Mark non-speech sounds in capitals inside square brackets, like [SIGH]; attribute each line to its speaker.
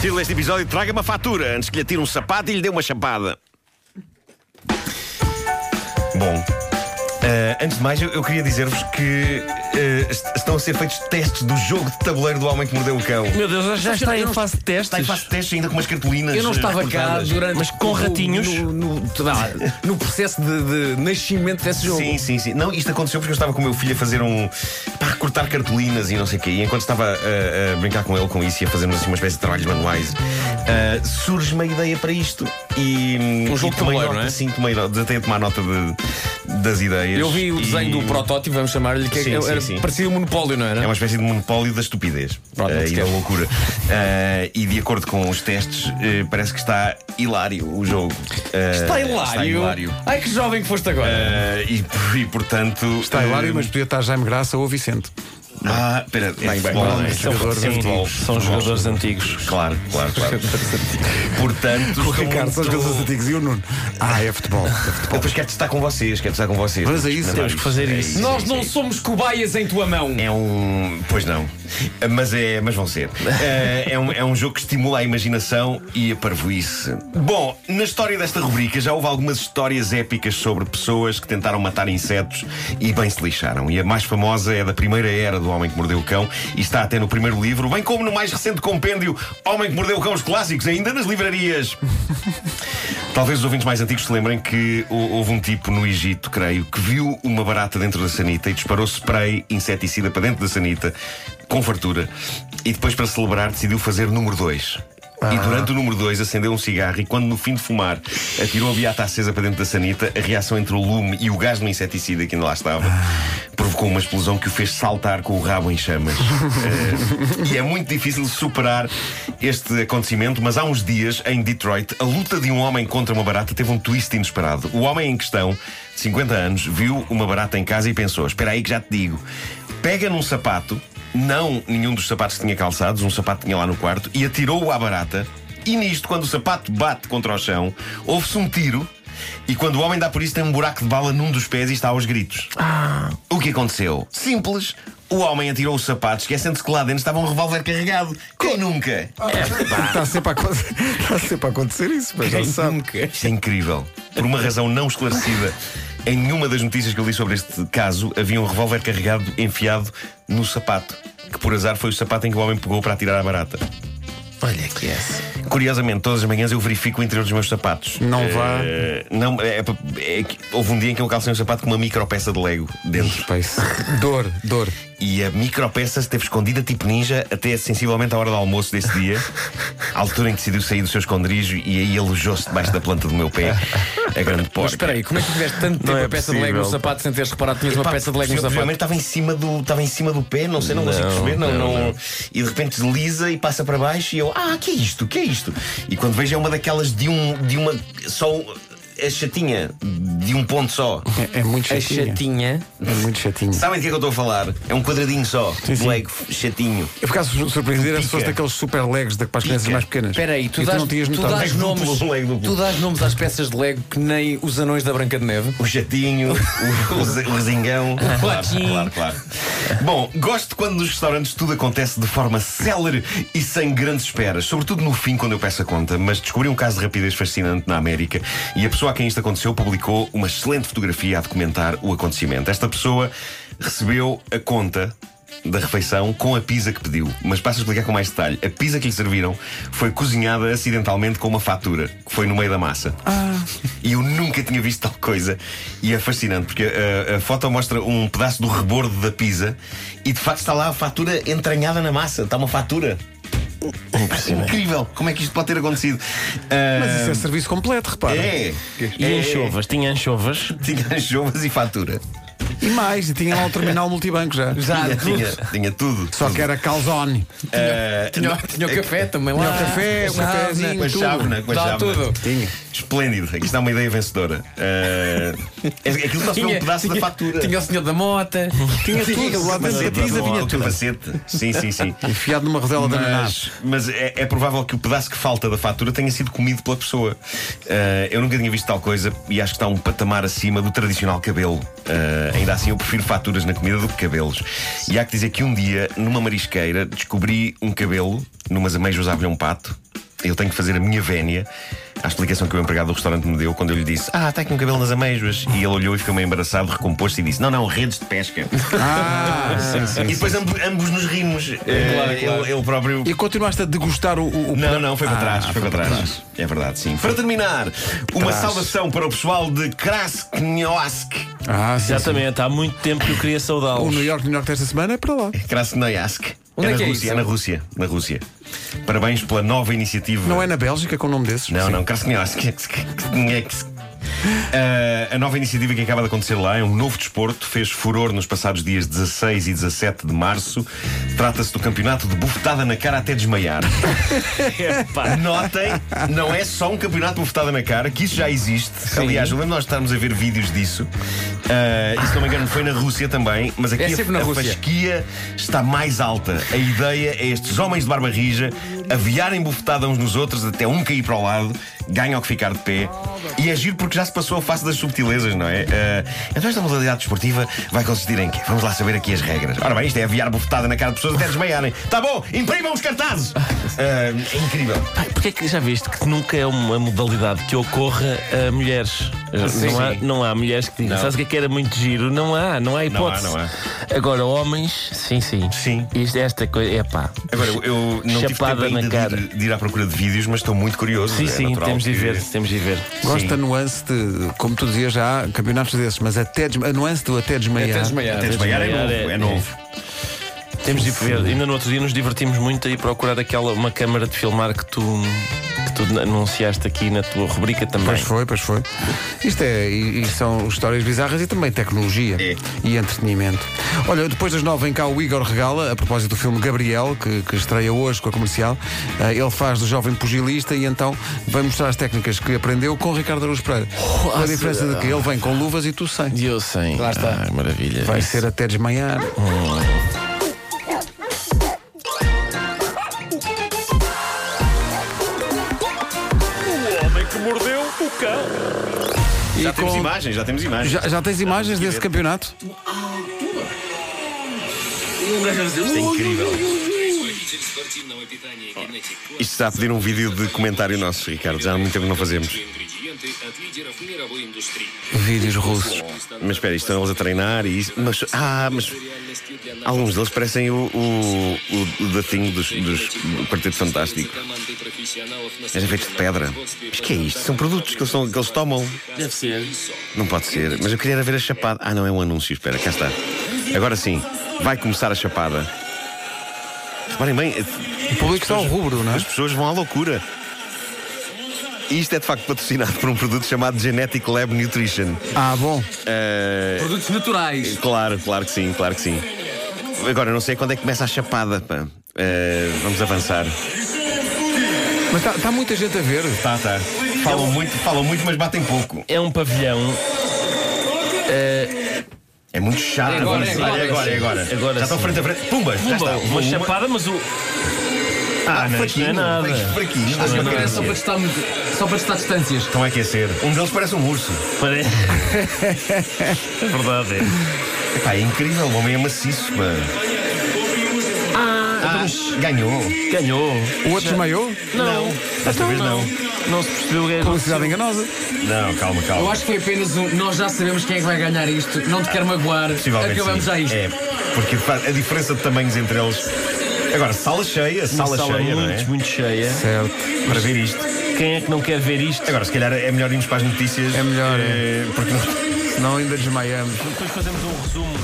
Speaker 1: Título deste episódio: Traga-me a fatura antes que lhe atire um sapato e lhe dê uma chapada. Bom, eh, antes de mais, eu, eu queria dizer-vos que eh, est- estão a ser feitos testes do jogo de tabuleiro do Homem que Mordeu o Cão.
Speaker 2: Meu Deus, já está
Speaker 1: Eu
Speaker 2: em
Speaker 1: não-
Speaker 2: fase de testes.
Speaker 1: Está em fase de teste ainda com umas cartolinas.
Speaker 2: Eu não
Speaker 1: eh,
Speaker 2: estava cá
Speaker 1: cortadas.
Speaker 2: durante. Mas com
Speaker 3: no-
Speaker 2: ratinhos.
Speaker 3: No, no- não, no processo de, de nascimento desse jogo.
Speaker 1: Sim, sim, sim. Não, isto aconteceu porque eu estava com o meu filho a fazer um. para cortar cartolinas e não sei o quê. E enquanto estava a, a brincar com ele com isso e a fazermos assim uma espécie de trabalhos manuais, ah, surge uma ideia para isto. E.
Speaker 4: Um jogo
Speaker 1: e tomei
Speaker 4: de tabuleiro,
Speaker 1: nota,
Speaker 4: não é?
Speaker 1: Sim, tomei nota. Tentei tomar nota de- das ideias.
Speaker 4: Eu vi o desenho
Speaker 1: E-
Speaker 4: do protótipo, vamos chamar-lhe, que
Speaker 1: Sim,
Speaker 4: era,
Speaker 1: sim, sim.
Speaker 4: parecia um monopólio, não era?
Speaker 1: É uma espécie de monopólio da estupidez
Speaker 4: Pronto,
Speaker 1: eh,
Speaker 4: não
Speaker 1: e
Speaker 4: se
Speaker 1: da
Speaker 4: quer.
Speaker 1: loucura. Eh, e de acordo com os testes, eh, parece que está hilário o jogo. Eh,
Speaker 4: Está hilário.
Speaker 1: Está hilário.
Speaker 4: Ai, que jovem que foste agora.
Speaker 1: Eh, e, [LAUGHS] e, portanto.
Speaker 5: Está
Speaker 1: eh,
Speaker 5: hilário, mas podia estar Jaime Graça ou Vicente.
Speaker 1: Ah, espera, é futebol, não é?
Speaker 5: São jogadores
Speaker 1: É futebol.
Speaker 5: antigos.
Speaker 2: São jogadores antigos.
Speaker 1: Claro, claro,
Speaker 5: [LAUGHS]
Speaker 1: claro. Portanto,
Speaker 5: O
Speaker 1: estou
Speaker 5: Ricardo, são os
Speaker 1: muito-
Speaker 5: coisas antigas. E o Nuno? Ah, é futebol.
Speaker 1: Eu depois quero estar com vocês, quero estar com vocês.
Speaker 5: Vamos a isso,
Speaker 1: Experimentar
Speaker 5: temos que fazer
Speaker 1: É
Speaker 5: isso.
Speaker 4: Nós
Speaker 1: é
Speaker 4: não somos cobaias em tua mão.
Speaker 1: É um. Pois não. Mas é. Mas vão ser. Eh, É um, é um jogo que estimula a imaginação e a parvoíce. Bom, na história desta rubrica já houve algumas histórias épicas sobre pessoas que tentaram matar insetos e bem se lixaram. E a mais famosa é da primeira era do Homem que Mordeu o Cão e está até no primeiro livro, bem como no mais recente compêndio Homem que Mordeu o Cão, os clássicos, ainda nas livrarias. Talvez os ouvintes mais antigos se lembrem que hou- houve um tipo no Egito, creio, que viu uma barata dentro da sanita e disparou spray inseticida para dentro da sanita, com fartura, e depois, para celebrar, decidiu fazer número 2. E durante o número 2 acendeu um cigarro e quando no fim de fumar atirou a beata acesa para dentro da sanita, a reação entre o lume e o gás do inseticida que ainda lá estava provocou uma explosão que o fez saltar com o rabo em chamas. Eh, e é muito difícil superar este acontecimento, mas há uns dias, em Detroit, a luta de um homem contra uma barata teve um twist inesperado. O homem em questão, de 50 anos, viu uma barata em casa e pensou: Espera aí que já te digo. Pega num sapato, não nenhum dos sapatos que tinha calçados, um sapato que tinha lá no quarto, e atirou-o à barata. E nisto, quando o sapato bate contra o chão, houve-se um tiro. E quando o homem dá por isso, tem um buraco de bala num dos pés e está aos gritos. O que aconteceu? Simples. O homem atirou os sapatos, esquecendo-se que lá dentro estava um revólver carregado. Quem nunca?
Speaker 5: Está sempre a acontecer, está sempre a acontecer isso, mas já se sabe.
Speaker 1: Isto é incrível. Por uma razão não esclarecida, em nenhuma das notícias que eu li sobre este caso havia um revólver carregado enfiado no sapato, que por azar foi o sapato em que o homem pegou para atirar a barata.
Speaker 3: Olha que essa.
Speaker 1: Curiosamente, todas as manhãs eu verifico o interior dos meus sapatos.
Speaker 5: Não vá.
Speaker 1: Eh, não, é, é que houve um dia em que eu calcei um sapato com uma micro peça de Lego dentro.
Speaker 5: Space. Dor, dor.
Speaker 1: E a micropeça esteve escondida tipo ninja até sensivelmente à hora do almoço desse dia, à altura em que decidiu sair do seu esconderijo e aí alojou-se debaixo da planta do meu pé, a grande
Speaker 4: Mas
Speaker 1: porta.
Speaker 4: espera aí, como é que tiveste tanto tempo
Speaker 2: é
Speaker 4: a peça de leg no
Speaker 2: possível.
Speaker 4: sapato sem teres reparado é que tinhas uma peça de leg no sapato?
Speaker 1: Provavelmente estava em cima do estava em cima do pé, não sei, não, consigo perceber, não, não, E de repente desliza e passa para baixo e eu, ah, que é isto? Que é isto? E quando vejo é uma daquelas de um de uma só a chatinha de um ponto só.
Speaker 5: É, é muito
Speaker 4: A
Speaker 5: chatinho.
Speaker 4: chatinha.
Speaker 5: É muito chatinho.
Speaker 1: Sabem do que é que eu estou a falar? É um quadradinho só,
Speaker 5: Sim,
Speaker 1: de
Speaker 5: sim.
Speaker 1: Lego chatinho.
Speaker 5: Eu ficava su- surpreendido as
Speaker 1: Pica.
Speaker 5: pessoas daqueles super legs da- para as crianças
Speaker 1: Pica.
Speaker 5: mais pequenas.
Speaker 4: Espera aí, tu
Speaker 5: E tu
Speaker 4: dás,
Speaker 5: então não tinhas
Speaker 4: tu
Speaker 5: notado.
Speaker 4: dás
Speaker 1: Lego duplo,
Speaker 4: nomes,
Speaker 1: Lego duplo.
Speaker 4: tu dás nomes às peças de Lego que nem os anões da Branca de Neve.
Speaker 1: O chatinho, o, o, ze- o resingão. Claro, claro, claro. Bom, gosto quando nos restaurantes tudo acontece de forma célere e sem grandes esperas, sobretudo no fim, quando eu peço a conta. Mas descobri um caso de rapidez fascinante na América e a pessoa a quem isto aconteceu publicou uma excelente fotografia a documentar o acontecimento. Esta pessoa recebeu a conta da refeição com a pizza que pediu. Mas passo a explicar com mais detalhe. A pizza que lhe serviram foi cozinhada acidentalmente com uma fatura, que foi no meio da massa. E eu nunca tinha visto tal coisa. E é fascinante, porque uh, a, foto mostra um pedaço do rebordo da pizza e de facto está lá a fatura entranhada na massa. Está uma fatura. Incrível! Como é que isto pode ter acontecido?
Speaker 5: Mas
Speaker 1: Ah,
Speaker 5: isso é serviço completo, repara.
Speaker 1: é.
Speaker 5: um
Speaker 2: E
Speaker 1: É.
Speaker 2: anchovas, tinha anchovas.
Speaker 1: Tinha anchovas e fatura.
Speaker 5: E mais, e tinha lá o terminal multibanco já.
Speaker 4: Ah,
Speaker 1: Tinha, tinha, tinha tudo.
Speaker 5: Só
Speaker 1: tudo.
Speaker 5: que era calzone.
Speaker 1: Ah,
Speaker 4: Tinha, É tinha o café também lá.
Speaker 5: Tinha o café, o
Speaker 4: Chávena.
Speaker 5: cafezinho,
Speaker 1: Com a
Speaker 5: tudo.
Speaker 1: chávena, com né? a
Speaker 4: Dá
Speaker 1: chávena.
Speaker 4: tudo.
Speaker 5: Tinha.
Speaker 1: Esplêndido, aqui está uma ideia vencedora. Eh, aquilo só se vê um pedaço da fatura.
Speaker 4: Tinha o senhor da mota.
Speaker 5: Tinha tudo, lá dentro da
Speaker 1: Capacete,
Speaker 5: pizza
Speaker 1: o-
Speaker 5: vinha
Speaker 1: o
Speaker 5: tudo.
Speaker 1: capacete. Sim, sim, sim.
Speaker 5: Enfiado numa rodela de ananás.
Speaker 1: Mas, mas é, é provável que o pedaço que falta da fatura tenha sido comido pela pessoa. Eh, eu nunca tinha visto tal coisa e acho que está um patamar acima do tradicional cabelo. Eh, ainda assim, eu prefiro faturas na comida do que cabelos. E há que dizer que um dia, numa marisqueira, descobri um cabelo, numas ameixas à um pato. eu tenho que fazer a minha vénia à explicação que o empregado do restaurante me deu quando eu lhe disse: Ah, está aqui um cabelo nas ameijoas. E ele olhou e ficou meio embaraçado, recompôs-se e disse: Não, não, redes de pesca.
Speaker 5: Ah,
Speaker 1: e depois amb- ambos nos rimos. Eh, Ele, ele próprio.
Speaker 5: e continuaste a degustar o. o, o-
Speaker 1: Não, Ah, não, foi para trás, foi para trás. É verdade, sim. Para terminar, uma saudação para o pessoal de Krasknoask.
Speaker 5: Ah, sim, sim.
Speaker 2: Exatamente, há muito tempo que eu queria
Speaker 5: O
Speaker 2: saudá-los.
Speaker 5: New York, New York desta semana é para lá.
Speaker 1: Krasknoask.
Speaker 4: Onde é
Speaker 1: na
Speaker 4: que é
Speaker 1: Rússia,
Speaker 4: isso?
Speaker 1: na Rússia, na Rússia. Parabéns pela nova iniciativa.
Speaker 5: Não é na Bélgica com o nome desses?
Speaker 1: Não, é
Speaker 5: Sim.
Speaker 1: não, Krasniosk. Uh, a nova iniciativa que acaba de acontecer lá é um novo desporto, fez furor nos passados dias 16 e 17 de março. Trata-se do campeonato de bufetada na cara até desmaiar. Notem, não é só um campeonato de bufetada na cara, que isso já existe. Aliás, eu lembro nós estarmos a ver vídeos disso. Uh, e se não me engano, foi na Rússia também, mas aqui
Speaker 4: É
Speaker 1: a-
Speaker 4: sempre na
Speaker 1: a
Speaker 4: Rússia.
Speaker 1: fasquia está mais alta. A ideia é estes homens de barba rija aviarem bufetada uns nos outros até um cair para o lado, ganha ao que ficar de pé. E agir porque já se passou a face das subtilezas, não é? Eh, então esta modalidade desportiva vai consistir em quê? Vamos lá saber aqui as regras. Ora bem, isto é aviar bufetada na cara de pessoas até desmaiarem. Tá bom, imprimam os cartazes! Eh, é incrível.
Speaker 2: Pai, porque é que já viste que nunca é uma modalidade que ocorra a mulheres? não, Há, não há mulheres que digam,
Speaker 1: Ah, Não.
Speaker 2: sabes o que é que era muito giro? Não há, não há hipótese.
Speaker 1: não há.
Speaker 2: Agora, homens, sim, sim.
Speaker 1: Sim.
Speaker 2: Isto, esta coisa, é pá.
Speaker 1: Agora, eu- eu não tive tempo
Speaker 2: Chapada na
Speaker 1: ainda
Speaker 2: cara.
Speaker 1: de, de ir à procura de vídeos, mas estou muito curioso.
Speaker 2: Sim,
Speaker 1: É
Speaker 2: sim,
Speaker 1: natural
Speaker 2: temos de
Speaker 1: que-
Speaker 2: ver, temos de ver.
Speaker 5: Gosto
Speaker 1: Sim.
Speaker 5: da nuance de, como tu dizias já, há campeonatos desses, mas até desma- a nuance do até desmaiar.
Speaker 4: Até desmaiar.
Speaker 1: Até desmaiar é
Speaker 2: Desmaiar
Speaker 1: novo,
Speaker 2: é-
Speaker 1: é novo.
Speaker 2: Temos de ver. Ainda no outro dia nos divertimos muito a ir procurar aquela uma câmara de filmar que tu que tu anunciaste aqui na tua rubrica também.
Speaker 5: Pois foi, pois foi. Isto é, e, e são histórias bizarras e também tecnologia
Speaker 1: É.
Speaker 5: e entretenimento. Olha, depois das nove vem cá o Igor Regala, a propósito do filme Gabriel, que, que estreia hoje com a comercial. Ah, ele faz do jovem pugilista e então vai mostrar as técnicas que aprendeu com Ricardo Aruz Pereira. Com a diferença de que ele vem com luvas e tu sem.
Speaker 2: E eu sei.
Speaker 4: Lá está.
Speaker 2: Ai, maravilha.
Speaker 5: Vai
Speaker 2: Isso.
Speaker 5: ser até desmaiar.
Speaker 1: Já
Speaker 5: E
Speaker 1: temos
Speaker 5: com-
Speaker 1: imagens, já temos imagens.
Speaker 5: Já, já tens imagens desse campeonato?
Speaker 1: Isto é incrível. Isto está a pedir um vídeo de comentário nosso, Ricardo. Já há muito tempo não fazemos.
Speaker 6: ингредиенты от лидеров мировой индустрии.
Speaker 5: Vídeos russos.
Speaker 1: Mas espera, isto estão eles a treinar e isso. Mas, ah, mas. Alguns deles parecem o, o, o, o The Thing dos, dos do Partido Fantástico.
Speaker 6: Команды профессионалов на
Speaker 1: Mas é feito de pedra. Mas que é isto? São produtos que eles, são- que eles tomam.
Speaker 2: Deve ser.
Speaker 1: Não pode ser. Mas eu queria era ver a chapada. Ah, não, é um anúncio. Espera, cá está. Agora sim, vai começar a chapada. Reparem bem,
Speaker 5: O público está ao rubro, não é?
Speaker 1: As pessoas vão à loucura. E isto é de facto patrocinado por um produto chamado Genetic Lab Nutrition.
Speaker 5: Ah, bom.
Speaker 1: Eh,
Speaker 4: Produtos naturais.
Speaker 1: claro, claro que sim, claro que sim. Agora, eu não sei quando é que começa a chapada. pá. Eh, vamos avançar.
Speaker 5: Mas está está muita gente a ver.
Speaker 1: Tá, tá. Falam muito, falam muito, mas batem pouco.
Speaker 2: É um pavilhão.
Speaker 1: É muito chato.
Speaker 4: É agora,
Speaker 1: avançar.
Speaker 4: é agora,
Speaker 1: É agora, é agora.
Speaker 2: Agora
Speaker 1: já estão
Speaker 2: sim.
Speaker 1: frente a frente. Pumba, já está.
Speaker 2: Pumba, uma chapada, mas [LAUGHS] o. Ah, não, isto não é
Speaker 1: fraquinho,
Speaker 2: nada.
Speaker 1: fraquinho. Acho que
Speaker 4: Só para,
Speaker 1: parece-
Speaker 4: só para testar, muito- só para testar distâncias.
Speaker 1: é Estão a aquecer. Um deles parece um urso.
Speaker 2: Parece. é verdade. é.
Speaker 1: Epá, é incrível, o homem é maciço. pá. Ah, ganhou.
Speaker 2: Ganhou.
Speaker 5: O outro desmaiou?
Speaker 2: Não. Então
Speaker 1: Desta vez não.
Speaker 2: Não se percebeu o que é que
Speaker 5: Publicidade enganosa.
Speaker 1: Não, calma, calma.
Speaker 4: Eu acho que foi apenas um. Nós já sabemos quem é que vai ganhar isto. Não te quero magoar.
Speaker 1: Possivelmente
Speaker 4: Acabamos
Speaker 1: sim.
Speaker 4: já isto.
Speaker 1: É, porque de facto, a diferença de tamanhos entre eles. Agora, sala cheia,
Speaker 2: Uma
Speaker 1: sala,
Speaker 2: sala
Speaker 1: cheia,
Speaker 2: muito,
Speaker 1: não é?
Speaker 2: muito cheia.
Speaker 5: Certo.
Speaker 1: Para ver isto.
Speaker 2: Quem é que não quer ver isto?
Speaker 1: Agora, se calhar é melhor irmos para as notícias.
Speaker 5: É melhor,
Speaker 1: eh, Porque não,
Speaker 5: Senão ainda desmaiamos.
Speaker 2: Depois fazemos um resumo.